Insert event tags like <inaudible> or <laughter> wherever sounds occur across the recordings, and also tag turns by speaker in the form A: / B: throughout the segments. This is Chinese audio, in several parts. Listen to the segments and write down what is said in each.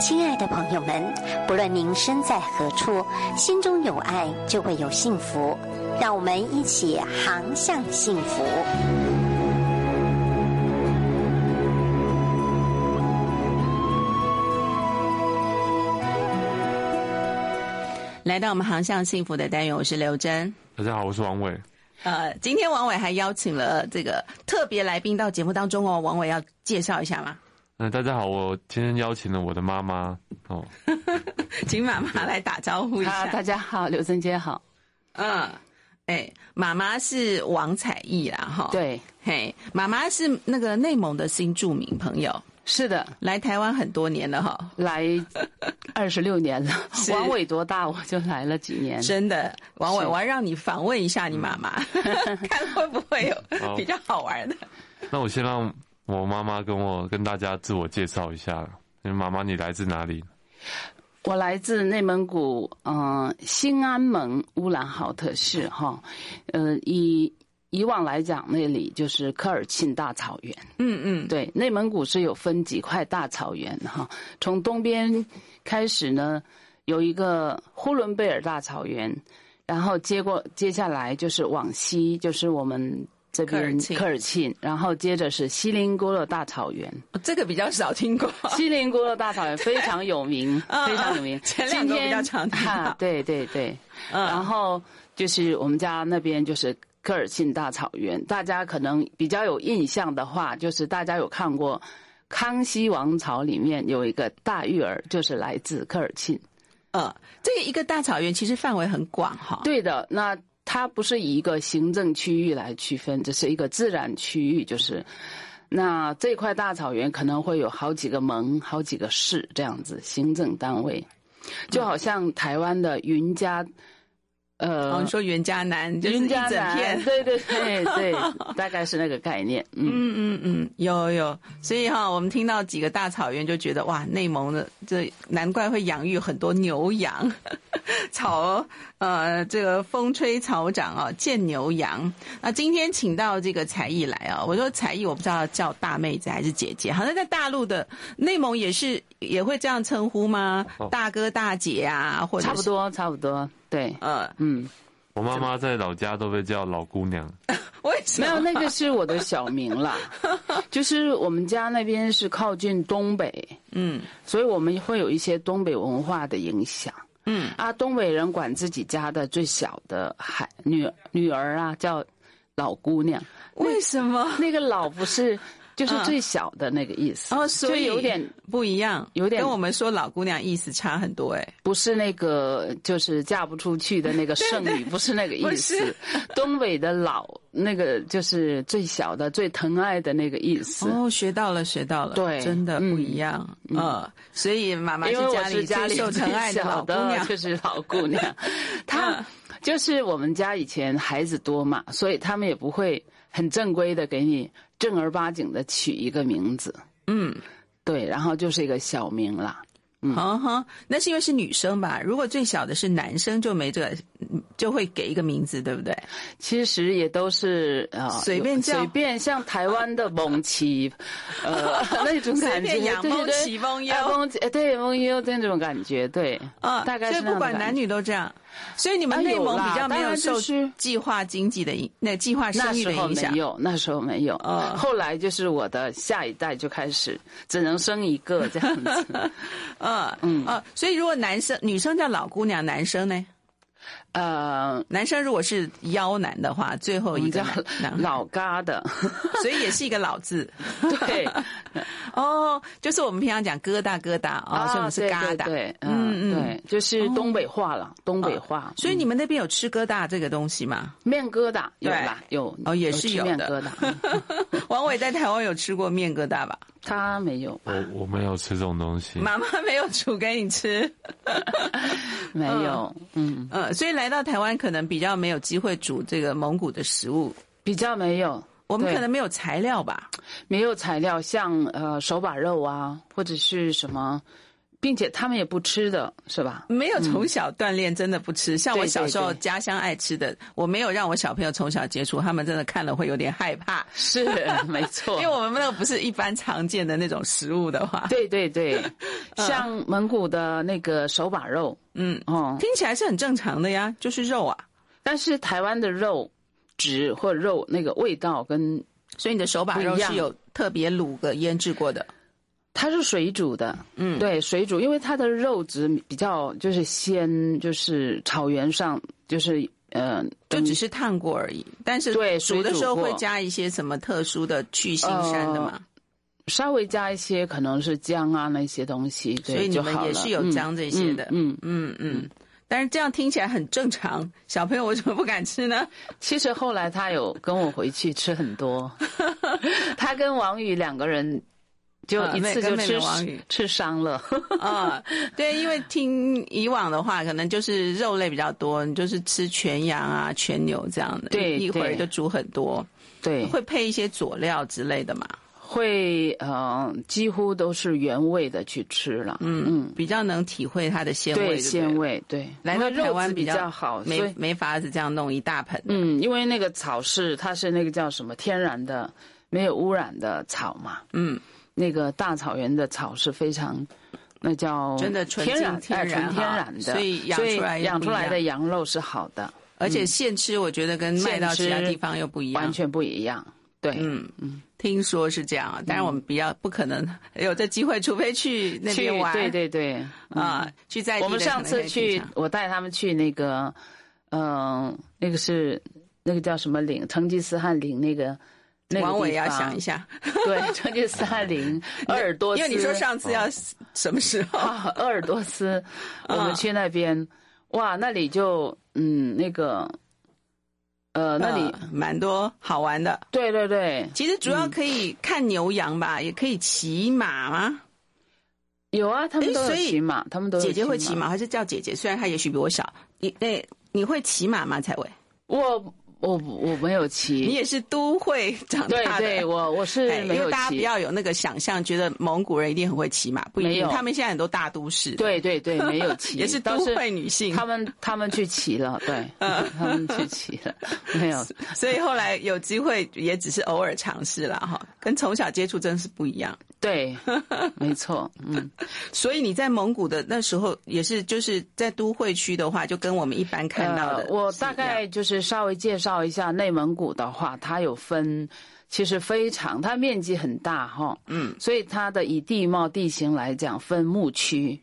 A: 亲爱的朋友们，不论您身在何处，心中有爱就会有幸福。让我们一起航向幸福。
B: 来到我们航向幸福的单元，我是刘真。
C: 大家好，我是王伟。
B: 呃，今天王伟还邀请了这个特别来宾到节目当中哦，王伟要介绍一下吗？
C: 嗯、大家好，我今天邀请了我的妈妈哦，
B: 请妈妈来打招呼一
D: 啊，
B: 下。
D: 大家好，刘真姐好。
B: 嗯，哎，妈妈是王彩艺啦，哈。，
D: 对，
B: 嘿，妈妈是那个内蒙的新著名朋友，
D: 是的，
B: 来台湾很多年了哈。
D: <laughs> 来二十六年了
B: 是，
D: 王伟多大我就来了几年。
B: 真的，王伟，
D: 嗯是嗯
B: 我要让你访问一下你妈妈， <laughs> 看会不会有
C: 好
B: 比较好玩的。
C: 那我先让我妈妈跟我跟大家自我介绍一下。因为妈妈，你来自哪里？
D: 我来自内蒙古，嗯、兴安盟乌兰浩特市哈，呃，以以往来讲，那里就是科尔沁大草原。
B: 嗯嗯，
D: 对，内蒙古是有分几块大草原哈，从东边开始呢，有一个呼伦贝尔大草原，然后接过接下来就是往西，就是我们这
B: 科尔
D: 边
B: 沁
D: 科尔沁，然后接着是锡林郭勒大草原，
B: 这个比较少听过。
D: <laughs> 锡林郭勒大草原非常有名，
B: <laughs> 嗯
D: 非常有名。
B: 前两个
D: 今
B: 比
D: 天
B: 较常听到
D: 啊对对对。
B: 嗯
D: 然后就是我们家那边就是科尔沁大草原，大家可能比较有印象的话，就是大家有看过《康熙王朝》里面有一个大玉儿，就是来自科尔沁。
B: 嗯，这个一个大草原其实范围很广哈。
D: 对的，那它不是以一个行政区域来区分，这是一个自然区域，就是。那这块大草原可能会有好几个盟、好几个市这样子行政单位，就好像台湾的云嘉，
B: 哦，
D: 呃
B: 你，说嗯袁家南就是一
D: 云
B: 整
D: 嘉南
B: 片，，
D: 对对对对，大概是那个概念。嗯，
B: 嗯嗯嗯，有有，所以哈，我们听到几个大草原就觉得哇，内蒙的这难怪会养育很多牛羊，草呃这个风吹草长啊，见牛羊。那今天请到这个才艺来啊，我说才艺我不知道叫大妹子还是姐姐，好像在大陆的内蒙也是也会这样称呼吗？
C: 哦
B: 大哥大姐啊，或者
D: 差不
B: 是
D: 多差不多，对，
B: 呃，
D: 嗯，
C: 我妈妈在老家都被叫老姑 <laughs> 娘。
B: 为什
D: 没有
B: 么
D: 那个是我的小名
B: <laughs>
D: 啦，就是我们家那边是靠近东北，
B: 嗯
D: 所以我们会有一些东北文化的影响
B: 嗯
D: 啊。东北人管自己家的最小的孩女儿女儿啊叫老姑娘，
B: 为什么？
D: 那个老不是就是
B: 嗯
D: 最小的那个意思，
B: 哦，所以
D: 就有点
B: 不一样，
D: 有点
B: 跟我们说老姑娘意思差很多哎、
D: 不是那个就是嫁不出去的那
B: <laughs>
D: 个剩女，不是那个
B: 不
D: 意
B: 是
D: 思。东北的老那个就是最小的、最疼爱的那个意思。
B: 哦，学到了，学到了，
D: 对
B: 真的
D: 嗯
B: 不一样，嗯，所以妈妈
D: 因为我
B: 是
D: 是
B: 家
D: 家
B: 里
D: 里
B: 最受疼爱
D: 最
B: 老
D: 小
B: 姑
D: 的
B: 娘，嗯
D: 就是老
B: <laughs>
D: 姑娘。她就是我们家以前孩子多嘛，所以他们也不会很正规的给你正儿八经的取一个名字。
B: 嗯，
D: 对，然后就是一个小名啦。
B: 哦哈，那是因为是女生吧？如果最小的是男生，就没这个，就会给一个名字，对不对？
D: 其实也都是呃
B: 随便叫
D: 随便像台湾的蒙奇，
B: <laughs>
D: 呃那种
B: 随
D: 感觉，
B: 便养
D: 对
B: 猫
D: 对
B: 起猫
D: 啊
B: 腰，
D: 蒙奇，呃对蒙优那种感觉，对，
B: 嗯，
D: 大概
B: 所以
D: 是那
B: 不
D: 样的
B: 管
D: 感
B: 男
D: 觉。
B: 女都这样，所以你们
D: 啊
B: 内
D: 有
B: 蒙
D: 啦
B: 比较没
D: 当
B: 有
D: 然就
B: 受
D: 是
B: 计划经济的影，那计划
D: 那
B: 生育
D: 时
B: 的
D: 候
B: 影响
D: 没，有，那时候没有。
B: 嗯
D: 后来就是我的下一代就开始只能生一个这样
B: <laughs>
D: 子。
B: 嗯嗯呃，所以如果男生女生叫老姑娘，男生呢？
D: 呃，
B: 男生如果是腰男的话，最后
D: 我
B: 一
D: 们
B: 个
D: 叫 <laughs>
B: 男，男
D: 老
B: <laughs>
D: 嘎的，
B: 所以也是一个老字
D: 对，
B: 啊哦，就是我们平常讲疙瘩疙瘩啊，所以我们是
D: 对
B: 疙
D: 对
B: 瘩。
D: 对，
B: 嗯
D: 嗯
B: 嗯哦啊
D: 对，就是东北话了，东北话。嗯
B: 所以你们那边有吃疙瘩这个东西吗？
D: 面疙瘩
B: 对
D: 有啦，有
B: 哦也
D: 有
B: 是
D: 吃
B: 有
D: 面
B: 的 <laughs>
D: 疙瘩，嗯
B: 王伟在台湾有吃过面疙瘩吧？
D: 他没有
C: 我我没有吃这种东西。
B: 妈妈没有煮给你吃，
D: 没有，嗯，
B: 嗯，所以来到台湾可能比较没有机会煮这个蒙古的食物，
D: 比较没有，
B: 我们
D: 对
B: 可能没有材料吧。
D: 没有材料，像呃手把肉啊，或者是什么并且他们也不吃的是
B: <laughs>
D: 吧？
B: 没有从小锻炼，真的不吃。像我
D: 对对
B: 小时候
D: 对
B: 家乡爱吃的，我没有让我小朋友从小接触，他们真的看了会有点害怕，
D: 是，没错。
B: 因为我们那个不是一般常见的那种食物的 <laughs> 话，
D: 对对对，像蒙古的那个手把肉，
B: 嗯，
D: 哦，
B: 听起来是很正常的呀，就是肉啊。
D: 但是台湾的肉质或肉那个味道跟
B: 所以你的手把
D: 不
B: 肉
D: 一样
B: 是有特别卤个腌制过的，
D: 它是水煮的，
B: 嗯，
D: 对，水煮，因为它的肉质比较就是鲜，就是草原上就是呃，
B: 就只是烫过而已。但是
D: 对
B: 煮的
D: 水煮
B: 时候会
D: 过
B: 加一些什么特殊的去腥膻的嘛，
D: 稍微加一些可能是姜啊那些东西，
B: 所
D: 对
B: 以你
D: 就
B: 们
D: 好
B: 也
D: 了
B: 是有
D: 嗯
B: 姜这些的
D: 嗯，嗯
B: 嗯嗯。但是这样听起来很正常，小朋友为什么不敢吃呢？ <laughs>
D: 其实后来他有跟我回去吃
B: <laughs>
D: 很多，他跟王宇两个人就
B: 啊
D: 一
B: 妹
D: 次就
B: 跟妹妹
D: 吃、
B: 王宇
D: 吃
B: <laughs>
D: 伤了。
B: 啊、对，因为听以往的话，可能就是肉类比较多，你就是吃全羊啊、全牛这样的，
D: 对
B: 一一会儿
D: 对
B: 就煮很多，
D: 对，
B: 会配一些佐料之类的嘛，
D: 会呃，几乎都是原味的去吃了。嗯嗯，
B: 比较能体会它的鲜味
D: 对，
B: 不
D: 鲜味对，
B: 来
D: 因
B: 到
D: 为
B: 台
D: 肉
B: 湾
D: 质
B: 比
D: 比
B: 较
D: 较好，所
B: 没
D: 以
B: 没法子这样弄一大盆。
D: 嗯，因为那个草是它是那个叫什么天然的、没有污染的草嘛。
B: 嗯，
D: 那个大草原的草是非常。那叫
B: 真的纯净
D: 天然，哎
B: 天然
D: 纯天
B: 哈
D: 然的，
B: 所以养出来也
D: 养
B: 不
D: 出
B: 一
D: 来
B: 样
D: 的羊肉是好的。
B: 而且现吃，我觉得跟卖到其他地方又不一样。
D: 嗯完全不一样。对，
B: 嗯嗯，听说是这样啊，当然
D: 嗯
B: 我们比较不可能有这机会，除非去那
D: 去
B: 边玩。
D: 对对对，嗯
B: 啊、去在地
D: 我们
B: 的
D: 上
B: 可能可
D: 次
B: 以品
D: 去
B: 尝，
D: 我带他们去那个，嗯、那个是那个叫什么岭，成吉思汗陵那个。那个
B: 王伟
D: 地
B: 要
D: 方
B: 想一，下，
D: 对，成吉思汗陵、鄂尔多
B: <laughs>
D: 斯，
B: 因为你说上
D: 哦
B: 次要什么时候？
D: <laughs> 啊，鄂尔多斯，我
B: 嗯
D: 们去那边，哇，那里就嗯那个，呃，那里、
B: 呃蛮多好玩的。
D: 对对对，
B: 其实主要可以看牛羊吧，
D: 嗯
B: 也可以骑马吗？
D: 有啊，他们
B: 诶
D: 都有
B: 所以
D: 骑马，他们都有
B: 姐姐会骑
D: 马
B: 马，还是叫姐姐？虽然她也许比我小，你那你会骑马吗？彩伟，
D: 我我我没有骑，
B: 你也是都会长
D: 对
B: 大的。
D: 对，我我是
B: 哎，因
D: 没有
B: 为大家不
D: 骑，
B: 要有那个想象，觉得蒙古人一定很会骑马，不一
D: 没
B: 定。
D: 有
B: 他们现在很多大都市，，
D: 对对对，没有骑，
B: <laughs> 也是
D: 但
B: 都会女性嗯
D: 他。们他们去骑了，对，他们去骑了，没
B: <laughs>
D: 有，
B: 所以后来有机会也只是偶尔尝试了哈，跟从小接触真是不一样。
D: 对，没错，嗯，
B: 所以你在蒙古的那时候也是就是在都会区的话，就跟我们一般看到的
D: 呃
B: 是一样、
D: 我大概就是稍微介绍一下内蒙古的话，它有分，其实非常，它面积很大哈，
B: 嗯，
D: 所以它的以地貌地形来讲，分牧区，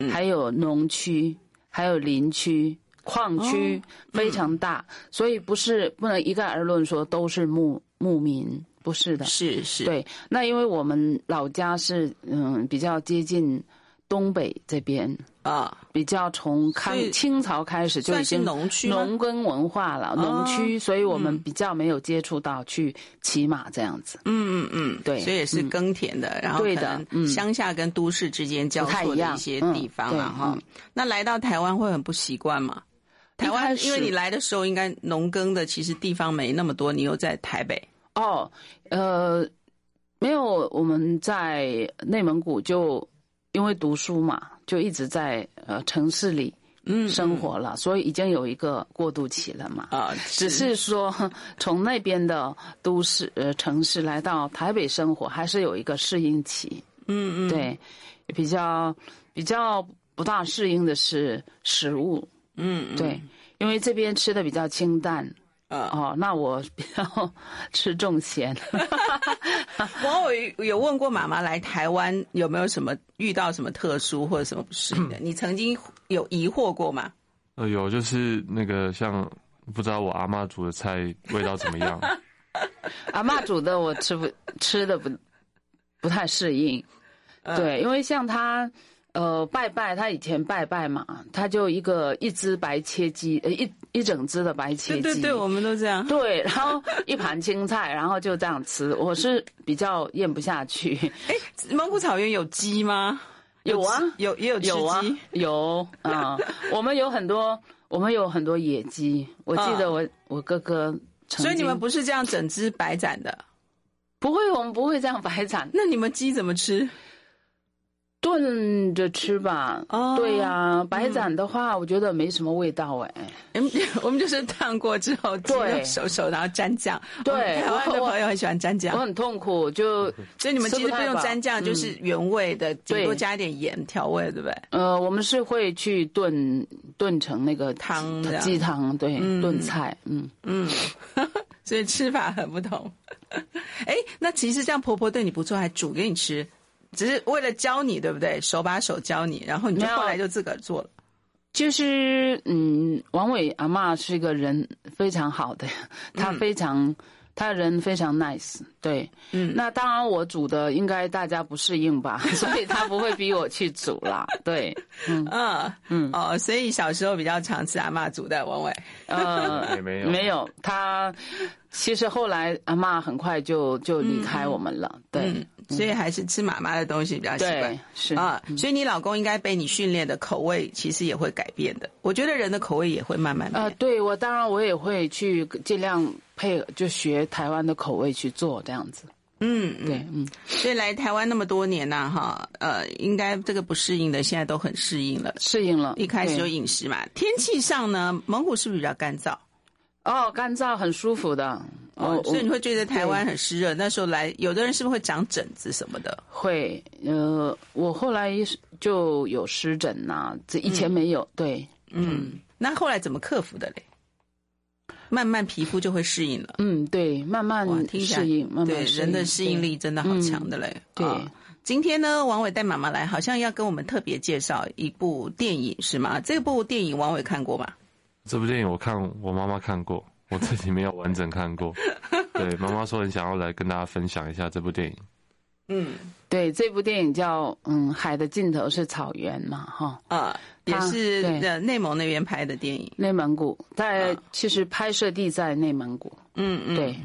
B: 嗯
D: 还有农区，还有林区。矿区
B: 哦
D: 非常大，所以不是不能一概而论说都是牧牧民，不是的。
B: 是是，
D: 对，那因为我们老家是嗯比较接近东北这边，
B: 啊、
D: 比较从康
B: 所以
D: 清朝开始就已
B: 算是
D: 经
B: 农区吗哦嗯
D: 农耕文化了，农区，所以我们比较没有接触到去骑马这样子，
B: 嗯嗯嗯，
D: 对
B: 所以也是
D: 嗯
B: 耕田的，然后
D: 对
B: 可
D: 的
B: 能
D: 嗯
B: 乡下跟都市之间交
D: 不太
B: 错的
D: 一
B: 一
D: 样
B: 些
D: 嗯
B: 地方啊
D: 对
B: 哈、那来到台湾会很不习惯吗？台
D: 一开
B: 湾
D: 始
B: 因为你来的时候，应该农耕的其实地方没那么多，你又在台北，
D: 哦，呃，没有，我们在内蒙古就因为读书嘛，就一直在呃城市里
B: 嗯
D: 生活了，所以已经有一个过渡期了嘛。
B: 啊、
D: 只是说 <laughs> 从那边的都市呃城市来到台北生活，还是有一个适应期。
B: 嗯嗯，
D: 对，比较比较不大适应的是食物，
B: 嗯嗯
D: 对，因为这边吃的比较清淡。
B: 啊
D: 哦，那我比较 <laughs> 吃重咸，
B: 王伟有问过妈妈来台湾有没有什么遇到什么特殊或者什么不适应
D: <clears throat>
B: 的？你曾经有疑惑过吗？
C: 呃，有就是那个像不知道我阿妈煮的菜味道怎么样，
D: <laughs> 阿嬷煮的我吃不吃的不不太适应，
B: 嗯
D: 对，因为像他。呃，拜拜，他以前拜拜嘛，他就一个一只白切鸡，呃，一一整只的白切
B: 对
D: 鸡，
B: 对对，我们都这样。
D: 对，然后一盘青菜，然后就这样吃，我是比较咽不下去。
B: 蒙古草原有鸡吗？
D: 有啊
B: 吃有也有吃
D: 有啊
B: 鸡，
D: 有
B: <laughs>
D: 啊、我们有很多，我们有很多野鸡。我记得我、我哥哥曾经，
B: 所以你们不是这样整只白斩的。
D: 不会，我们不会这样白斩。
B: 那你们鸡怎么吃？
D: 对炖着吃吧。
B: 哦
D: 对呀、白斩的话，我觉得没什么味道哎。
B: 嗯我们 <laughs> 就是烫过之后，鸡
D: 对
B: 肉熟熟，然后蘸酱。
D: 对
B: 我们台湾的
D: 我我
B: 朋友很喜欢蘸
D: 我
B: 酱，
D: 很痛苦，就
B: 所以你们其实
D: 吃不
B: 不
D: 太
B: 用
D: 饱
B: 蘸酱，就
D: 嗯
B: 是原味的，顶
D: 对
B: 多加一点盐调味，对不对？
D: 呃，我们是会去炖炖成那个
B: 汤这样
D: 鸡汤，对，
B: 嗯
D: 炖菜，嗯，
B: 嗯，所以吃法很不同。 <laughs> 哎，那其实这样婆婆对你不错，还煮给你吃，只是为了教你，对不对？手把手教你，然后你就
D: 没有
B: 后来就自个儿做了。
D: 就是嗯，王伟阿嬷是一个人非常好的，她非常、她人非常 nice，对，
B: 嗯，
D: 那当然我煮的应该大家不适应吧， <laughs> 所以她不会逼我去煮啦，对，嗯
B: 嗯
D: 嗯。
B: 哦，所以小时候比较常吃阿嬷煮的王伟。
D: 呃，
C: <laughs> 也没有
D: 没有他。其实后来阿嬷很快就就离开我们了，对
B: 嗯，所以还是吃妈妈的东西比较习惯
D: 对。是嗯
B: 啊，所以你老公应该被你训练的口味其实也会改变的。我觉得人的口味也会慢慢变。
D: 呃，对我当然我也会去尽量配合，就学台湾的口味去做这样子，
B: 嗯，嗯
D: 对，嗯，
B: 所以来台湾那么多年呐、哈，呃，应该这个不适应的现在都很适应了。
D: 适应了。
B: 一开始
D: 对
B: 有饮食嘛，天气上呢，蒙古是不是比较干燥？
D: 哦，干燥很舒服的，
B: 哦
D: 哦，，
B: 所以你
D: 我
B: 会觉得台湾很湿热。那时候来，有的人是不是会长疹子什么的？
D: 会呃，我后来就有湿疹呐、这以前没有，对，
B: 嗯，那后来怎么克服的嘞？慢慢皮肤就会适应了。
D: 嗯，对，慢慢
B: 哇听起来
D: 适应，慢慢
B: 对，
D: 适
B: 人的
D: 应
B: 适应
D: 对嗯
B: 力真的好强的嘞。
D: 对
B: 啊今天呢，王伟带妈妈来，好像要跟我们特别介绍一部电影，是吗？这部电影王伟看过吗？
C: 这部电影我看我妈妈看过，我自己没有完整看过。对，妈妈说很想要来跟大家分享一下这部电影。
B: 嗯，
D: 对，这部电影叫嗯，《海的尽头是草原》嘛，哈，
B: 啊，也
D: 他
B: 是
D: 对
B: 呃内蒙那边拍的电影。
D: 内蒙古，在
B: 啊
D: 其实拍摄地在内蒙古，
B: 嗯嗯，
D: 对，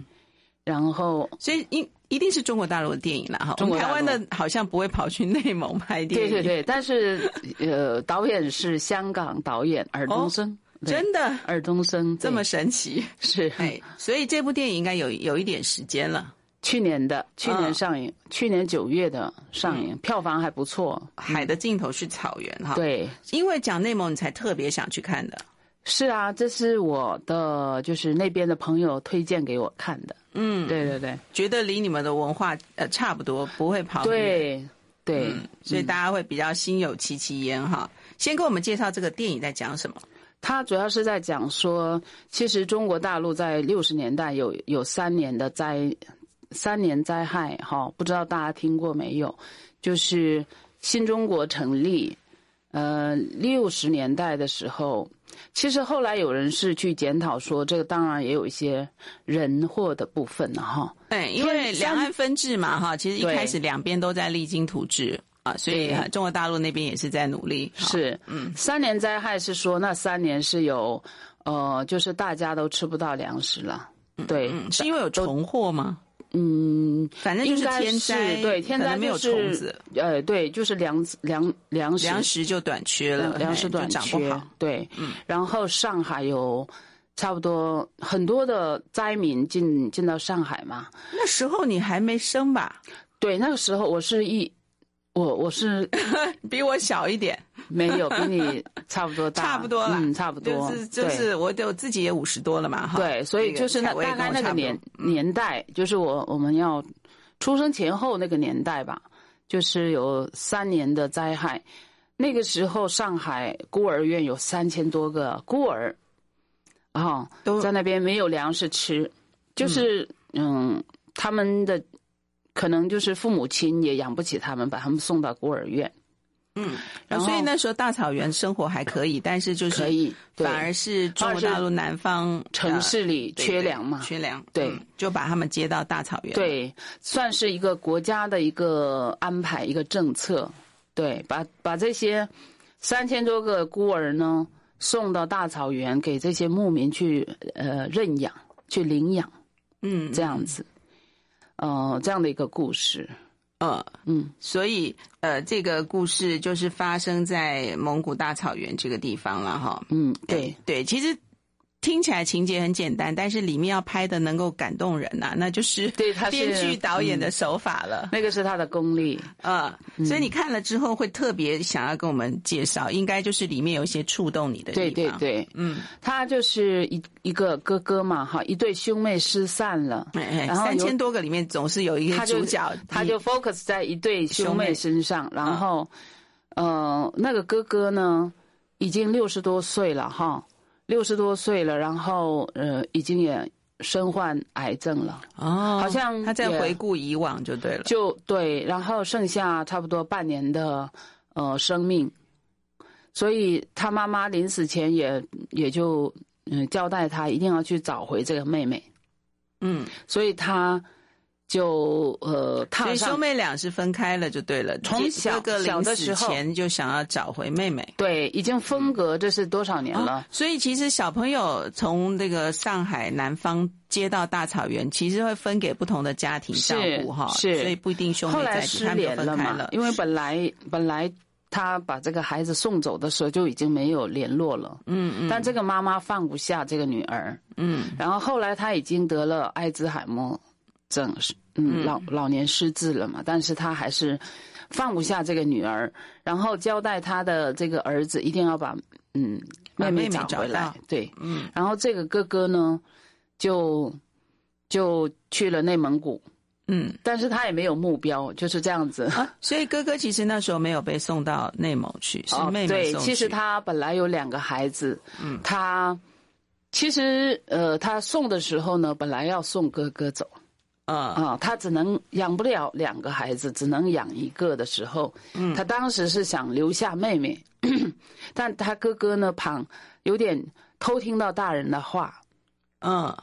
D: 然后
B: 所以一一定是中国大陆的电影了哈。我
D: 中
B: 们
D: 国
B: 台
D: 大
B: 湾
D: 陆
B: 的好像不会跑去内蒙拍电
D: 对
B: 影，
D: 对对，但是呃，导演是香港导演尔冬升，对
B: 哦真的
D: 尔冬升
B: 这么
D: 对嗯
B: 神奇。
D: 是
B: 哎，所以这部电影应该有有一点时间了，
D: 去年的，去
B: 嗯
D: 年上映，去年九月的上映，票房还不错，
B: 《海的尽头是草原》哈。，
D: 嗯对，
B: 因为讲内蒙，你才特别想去看的。
D: 是啊，这是我的就是那边的朋友推荐给我看的，
B: 嗯，
D: 对对对
B: 觉得离你们的文化呃差不多，不会跑很远，嗯
D: 对嗯对。
B: 所以大家会比较心有戚戚焉哈。先给我们介绍这个电影在讲什么。
D: 他主要是在讲说，其实中国大陆在六十年代有有三年的灾，三年灾害哈、不知道大家听过没有？就是新中国成立，呃，六十年代的时候，其实后来有人是去检讨说，这个当然也有一些人祸的部分了哈、
B: 对，哎因为
D: 天山
B: 两岸分治嘛，哈，其实一
D: 对
B: 开始两边都在励精图治啊，所以
D: 对
B: 啊中国大陆那边也是在努力。哈，
D: 是，嗯，三年灾害是说那三年是有，呃，就是大家都吃不到粮食了，对，
B: 嗯，是因为有重货吗？
D: 嗯，
B: 反正就是
D: 应该
B: 天灾，
D: 是对天
B: 可
D: 灾、
B: 能
D: 就
B: 没有
D: 是
B: 虫子，，
D: 呃，对，就是粮粮粮食呃
B: 粮食就短缺了，
D: 嗯粮粮食
B: 嘿
D: 短
B: 就长
D: 缺
B: 不好。，嗯
D: 对，然后上海有差不多很多的灾民进进到上海嘛，
B: 那时候你还没生吧？
D: 对，那个时候我是一。我我是
B: 比我小一点，
D: 没有比你 <laughs> 差不多大，
B: 差不多啦
D: 嗯，差不
B: 就
D: 多，
B: 是就
D: 对
B: 是我我自己也五十多了嘛，哈。
D: 对，所以就是那
B: 那个
D: 大概
B: 采薇跟我
D: 那
B: 差
D: 个
B: 不多嗯
D: 年年代，就是我我们要出生前后那个年代吧，就是有三年的灾害。那个时候，上海孤儿院有三千多个孤儿，啊、
B: 都
D: 在那边没有粮食吃，就是嗯，他们的可能就是父母亲也养不起他们，把他们送到孤儿院，
B: 嗯
D: 然后
B: 所以那时候大草原生活还可以，但是就是
D: 可以，对
B: 反而是中国大陆南方
D: 城
B: 呃
D: 市里
B: 对
D: 缺
B: 对
D: 粮嘛，
B: 缺粮，
D: 对
B: 嗯就把他们接到大草原。，
D: 对，算是一个国家的一个安排，一个政策。对，把把这些三千多个孤儿呢送到大草原，给这些牧民去呃认养、去领养，
B: 嗯，
D: 这样子。呃，这样的一个故事。
B: 呃，
D: 嗯，
B: 所以呃，这个故事就是发生在蒙古大草原这个地方了哈。
D: 嗯，对，
B: 对，其实。听起来情节很简单，但是里面要拍的能够感动人呐、那就是
D: <laughs> 对它是嗯
B: 编剧导演的手法了。
D: 那个是他的功力。
B: 嗯，所以你看了之后会特别想要跟我们介绍，应该就是里面有一些触动你的地
D: 对
B: 方。
D: 对对，
B: 嗯，
D: 他就是一一个哥哥嘛，哈，一对兄妹失散了，
B: 哎，哎
D: 嗯然后
B: 三
D: 有
B: 千多个里面总是有一
D: 他
B: 个
D: 就
B: 主角，
D: 他就 focus 在一对兄
B: 兄妹嗯
D: 妹身上，然后，呃，那个哥哥呢，已经六十多岁了哈，六十多岁了，然后呃，已经也身患癌症了，
B: 哦，
D: 好像
B: 他在
D: 也
B: 回顾以往就对了。
D: 就对，然后剩下差不多半年的呃生命，所以他妈妈临死前也也就嗯、交代他一定要去找回这个妹妹，
B: 嗯，
D: 所以他就呃
B: 所
D: 踏
B: 以兄
D: 上
B: 妹俩是分开了就对了。
D: 从
B: 这
D: 小
B: 哥哥
D: 小
B: 临
D: 的
B: 死
D: 时候
B: 前就想要找回妹妹。
D: 对已经
B: 嗯
D: 分隔这是多少年了？
B: 哦所以其实小朋友从那个上海南方接到大草原，其实会分给不同的家庭照顾哈，
D: 是是
B: 所以不一定兄
D: 后
B: 妹在
D: 来
B: 一起，
D: 失
B: 他们就
D: 联
B: 分开
D: 嘛，
B: 了。
D: 因为本来本来他把这个孩子送走的时候就已经没有联络了，
B: 嗯嗯
D: 但这个妈妈放不下这个女儿，
B: 嗯
D: 然后后来他已经得了艾滋海默症，是嗯，老老年失智了嘛，但是他还是放不下这个女儿，然后交代他的这个儿子一定要把嗯
B: 把妹
D: 妹
B: 妹
D: 找
B: 找
D: 回来
B: 到，
D: 对，
B: 嗯，
D: 然后这个哥哥呢就就去了内蒙古，
B: 嗯，
D: 但是他也没有目标，就是这样子。
B: 所以哥哥其实那时候没有被送到内蒙去，是
D: 哦，
B: 妹妹
D: 对，
B: 送去。
D: 其实他本来有两个孩子，嗯，他其实呃，他送的时候呢，本来要送哥哥走
B: 呃，
D: 啊、他只能养不了两个孩子，只能养一个的时候，嗯，他当时是想留下妹妹， <clears throat> 但他哥哥呢，旁有点偷听到大人的话，
B: 嗯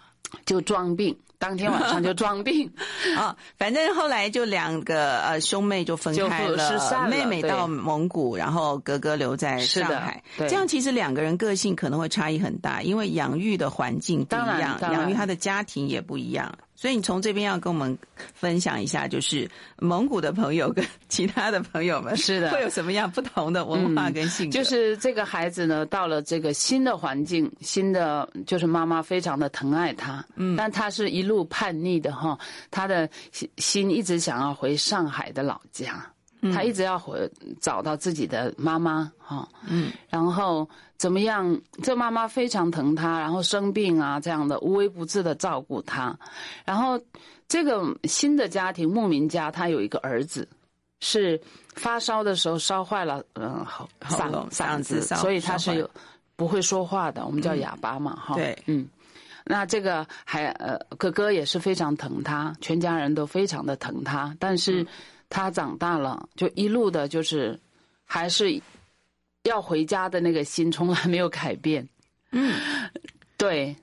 D: 就装病，当天晚上就装病，
B: 啊，反正后来就两个呃兄妹就分开
D: 就
B: 了，
D: 失散了
B: 妹妹到蒙古，然后哥哥留在
D: 是
B: 上
D: 的
B: 海。
D: 对
B: 这样其实两个人个性可能会差异很大，因为养育的环境不一
D: 当然
B: 样，
D: 当然
B: 养育他的家庭也不一样。所以你从这边要跟我们分享一下，就是蒙古的朋友跟其他的朋友们
D: 是
B: <laughs>
D: 的嗯
B: 会有什么样不同的文化跟性格？
D: 就是这个孩子呢，到了这个新的环境，新的就是妈妈非常的疼爱他，嗯，但他是一路叛逆的哈，他的心心一直想要回上海的老家，
B: 嗯
D: 他一直要回找到自己的妈妈哈，嗯，然后怎么样？这妈妈非常疼他，然后生病啊这样的无微不至的照顾他，然后这个新的家庭牧民家，他有一个儿子，是发烧的时候烧坏了，嗯、好
B: 喉
D: 嗓
B: 咙嗓
D: 嗓
B: 子
D: 子，
B: 烧
D: 所以他
B: 烧坏
D: 是有不会说话的，我们叫哑巴嘛，哈、
B: 对
D: 嗯。那这个还呃，哥哥也是非常疼他，全家人都非常的疼他。但
B: 嗯
D: 是他长大了，就一路的就是还是要回家的那个心从来没有改变。嗯，对，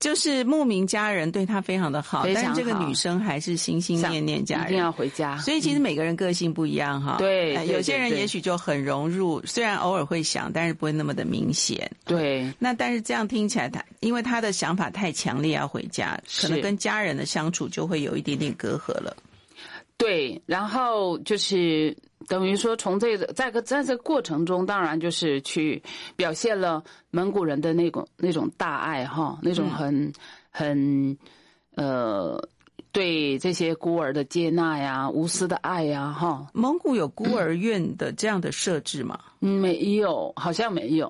B: 就是牧民家人对他非常的好，
D: 非常
B: 但是这
D: 好
B: 个女生还是心心
D: 想
B: 念念家
D: 一
B: 人
D: 定。要回家。嗯
B: 所以其实每个人个性不一样哈。
D: 啊对
B: 呃
D: 对
B: 有些人
D: 对对
B: 也许就很融入，虽然偶尔会想，但是不会那么的明显。
D: 对，
B: 那但是这样听起来，他因为他的想法太强烈，要回家，可
D: 是
B: 能跟家人的相处就会有一点点隔阂了。
D: 对，然后就是等于说，从这个在个在这个过程中，当然就是去表现了蒙古人的那种那种大爱哈，那
B: 嗯
D: 种很、很呃对这些孤儿的接纳呀、无私的爱呀哈，
B: 蒙古有孤儿院的这样的设置
D: <clears throat>
B: 嘛？
D: 嗯没有，好像没有，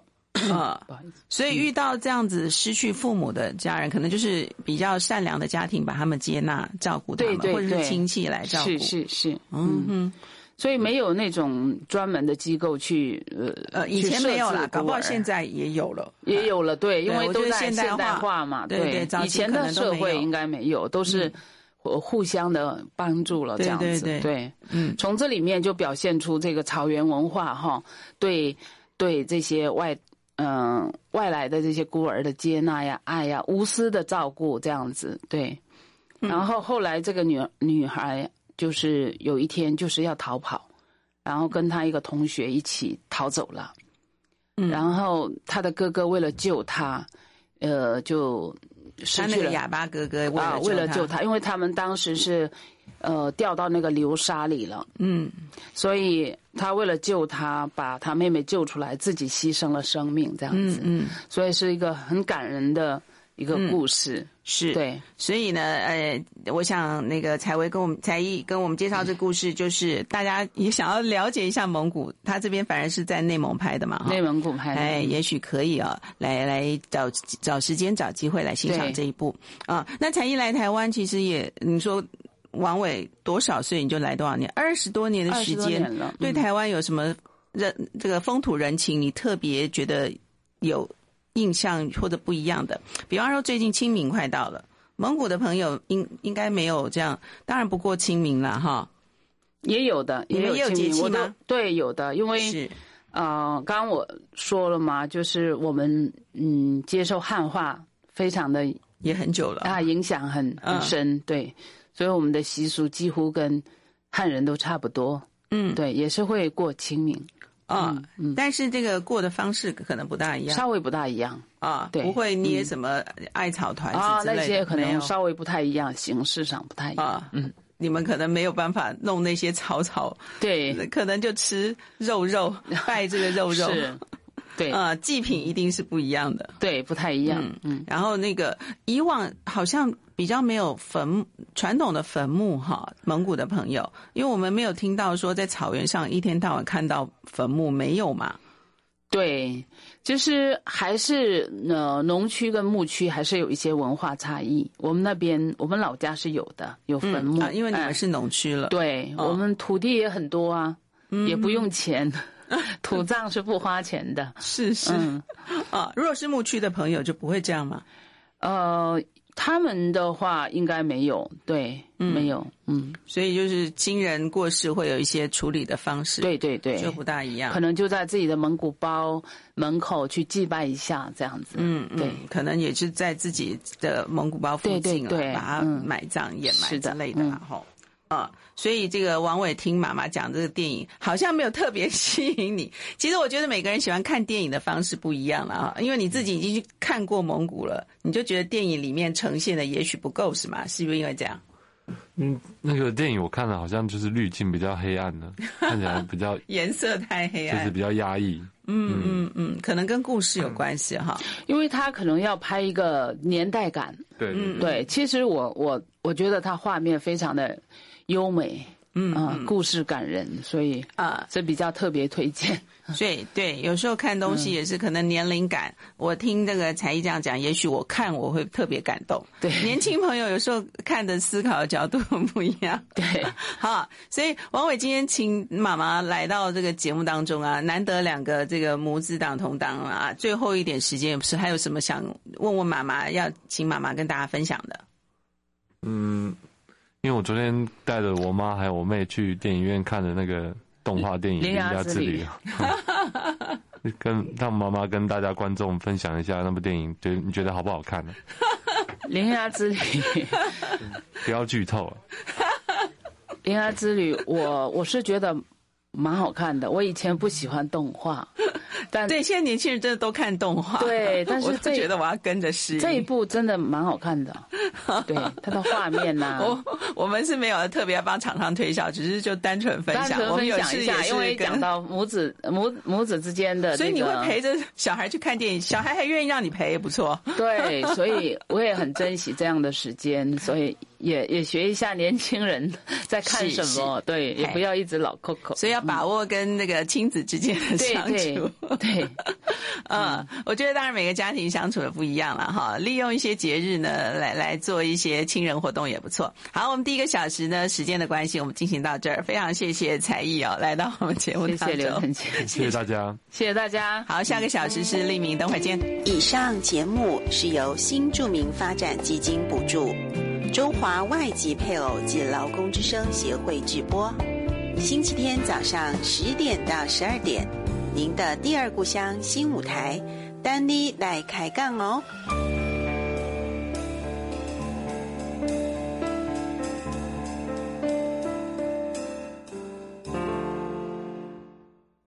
B: 啊、
D: 不好意思，
B: 所以遇到这样子失去父母的家人，可能就是比较善良的家庭把他们接纳、照顾他们，
D: 对对
B: 或者是
D: 对
B: 亲戚来照顾。
D: 是是是，
B: 嗯
D: 嗯，
B: 哼，
D: 所以没有那种专门的机构去呃
B: 呃，以前没有啦，搞不好现
D: 在。
B: 在也有了。
D: 也有了，
B: 哎
D: 对，
B: 对
D: 因为
B: 我
D: 都
B: 觉得
D: 在
B: 现
D: 现
B: 代化
D: 代化嘛，
B: 对对早
D: 以
B: 期
D: 前
B: 可
D: 的
B: 能都
D: 社
B: 没
D: 会
B: 有嗯
D: 应该没有，都是互互相的帮助了，
B: 对
D: 这样
B: 对
D: 子，
B: 对嗯
D: 嗯，从这里面就表现出这个草原文化哈，对对这些外嗯、外来的这些孤儿的接纳呀、爱呀、无私的照顾这样子，对。
B: 嗯
D: 然后后来这个女女孩就是有一天就是要逃跑，然后跟她一个同学一起逃走了。
B: 嗯
D: 然后她的哥哥为了救她，呃，就失
B: 他那
D: 去
B: 个
D: 了
B: 哑巴哥哥为了
D: 啊，
B: 救
D: 为了
B: 他
D: 救她，因为他们当时是呃掉到那个流沙里了，
B: 嗯，
D: 所以他为了救他，把他妹妹救出来，自己牺牲了生命，这样
B: 嗯
D: 子，
B: 嗯，
D: 所以是一个很感人的一个故事。
B: 嗯是。
D: 对，
B: 所以呢，呃，我想那个才维跟我们才艺跟我们介绍这故事，就是大家也想要了解一下蒙古，他这边反而是在内蒙拍的嘛，哈
D: 内蒙古拍的，
B: 哎，也许可以啊、来来找找时间找机会来欣赏
D: 对
B: 这一部啊。那才艺来台湾，其实也你说王伟多少岁你就来多少年，二十多年的
D: 二
B: 时
D: 十多
B: 间，
D: 年了，
B: 对
D: 嗯
B: 台湾有什么人这个风土人情，你特别觉得有印象或者不一样的？比方说，最近清明快到了。蒙古的朋友应应该没有这样，当然不过清明了哈。
D: 也有的，
B: 你们也有
D: 清
B: 节
D: 明
B: 气
D: 我都
B: 吗
D: 对，有的，因为
B: 是，
D: 呃，刚刚我说了嘛，就是我们嗯接受汉化非常的
B: 也很久了。
D: 啊影响很
B: 嗯
D: 很深，对，所以我们的习俗几乎跟汉人都差不多，
B: 嗯，
D: 对，也是会过清明，
B: 啊、
D: 嗯
B: 但是这个过的方式可能不大一样。
D: 稍微不大一样
B: 啊，
D: 对嗯
B: 不会捏什么艾草团
D: 啊，
B: 子之类的，
D: 那些可
B: 没有
D: 能稍微不太一样，形式上不太一样，
B: 啊，嗯，你们可能没有办法弄那些草草，
D: 对，
B: 可能就吃肉
D: <laughs>
B: 肉，拜这个肉肉，
D: 是，对、
B: 啊，祭品一定是不一样的。
D: 对，不太一样，嗯
B: 然后那个以往好像比较没有坟墓传统的坟墓哈，蒙古的朋友，因为我们没有听到说在草原上一天到晚看到坟墓没有嘛，
D: 对，就是还是呃，农区跟牧区还是有一些文化差异。我们那边，我们老家是有的，有坟墓，
B: 啊，因为你
D: 哎
B: 们是农区了，
D: 对、
B: 哦
D: 我们土地也很多啊，也不用钱， <laughs> 土葬是不花钱的。
B: 是嗯 <laughs> 是
D: 嗯，
B: 啊，如果是牧区的朋友就不会这样嘛，
D: 呃，他们的话应该没有，对，没有，嗯，
B: 所以就是亲人过世会有一些处理的方式，，
D: 对对对，
B: 就不大一样
D: 可。能就在自己的蒙古包门口去祭拜一下这样子。
B: 嗯
D: 对
B: 嗯，可能也是在自己的蒙古包附近了，啊
D: 对对对
B: 把它
D: 嗯
B: 埋葬、掩埋
D: 是
B: 之
D: 的嗯
B: 类的啦，然后、啊，所以这个王伟听妈妈讲这个电影，好像没有特别吸引你。 <laughs> 其实我觉得每个人喜欢看电影的方式不一样了啊，因为你自己已经去看过蒙古了，你就觉得电影里面呈现的也许不够，是吗？是不是因为这样？
C: 嗯，那个电影我看了，好像就是滤镜比较黑暗的，看起来比较
B: 颜色太黑
C: 就
B: 暗，
C: 是比较压抑。
B: 嗯嗯嗯，可能跟故事有关系哈。
D: 因为他可能要拍一个年代感，
C: 对，
B: 嗯
D: 对，其实我我我觉得它画面非常的优美，
B: 嗯
D: 啊、故事感人，所以
B: 啊
D: 这比较特别
B: <laughs>
D: 推荐。
B: 所以对，有时候看东
D: 嗯
B: 西也是可能年龄感。我听这个才艺这样讲，也许我看我会特别感
D: <laughs>
B: 动。
D: 对
B: 年轻朋友有时候看的思考的角度不一样。 <laughs>
D: 对，
B: 好，所以王伟今天请妈妈来到这个节目当中啊，难得两个这个母子档同档啊，最后一点时间也不是，还有什么想问问妈妈，要请妈妈跟大家分享的？
C: 嗯，因为我昨天带着我妈还有我妹去电影院看的那个动画电影《
D: 铃
C: 铃
D: 芽
C: 芽
D: 之
C: 之
D: 旅
C: 旅》嗯， <laughs> 跟让妈妈跟大家观众分享一下那部电影，觉得你觉得好不好看呢、
D: 《铃芽之旅》 <laughs> 《
C: 不要剧透啊、
D: 铃芽之旅》我，我是觉得蛮好看的。我以前不喜欢动
B: <laughs>
D: 画，但
B: 对，现在年轻人真的都看动画，
D: 呃对但
B: <laughs>
D: 是
B: 我都
D: 这
B: 觉得我要跟着适应。
D: 这一部真的蛮好看
B: <laughs>
D: 的，对它的画面呐、
B: 我我们是没有特别帮厂商推销，只是就单纯分
D: 单
B: 享。
D: 纯
B: 我们
D: 分
B: 有
D: 享
B: 事
D: 一
B: 也
D: 下，
B: 是
D: 因为
B: 跟
D: 讲，到母子母母子之间的、这
B: <laughs> 所
D: 个，
B: 以你会陪着小孩去看电影，小孩还愿意让你陪，也不错。
D: 对，所以我也很珍惜这样的时间，所以也也学一下年轻人在看
B: 是
D: 什么，对，也
B: 嘿
D: 不要一直老扣扣。
B: 所以要把握跟那个亲子之间的
D: 嗯对
B: 相处。
D: 对对，
B: <laughs> 嗯，我觉得当然每个家庭相处的不一样了哈，利用一些节日呢来来做一些亲人活动也不错。好，我们第一个小时呢时间的关系，我们进行到这儿，非常谢谢才艺哦来到我们节目
D: 谢
B: 当中。
D: 谢刘晨姐，
C: 谢谢大家。
D: 谢谢大家。
B: 好，下个小时是利明，等会儿见。
E: 以上节目是由新著名发展基金补助，中华外籍配偶及劳工之声协会直播。星期天早上十点到十二点，您的第二故乡新舞台，丹妮来开杠哦。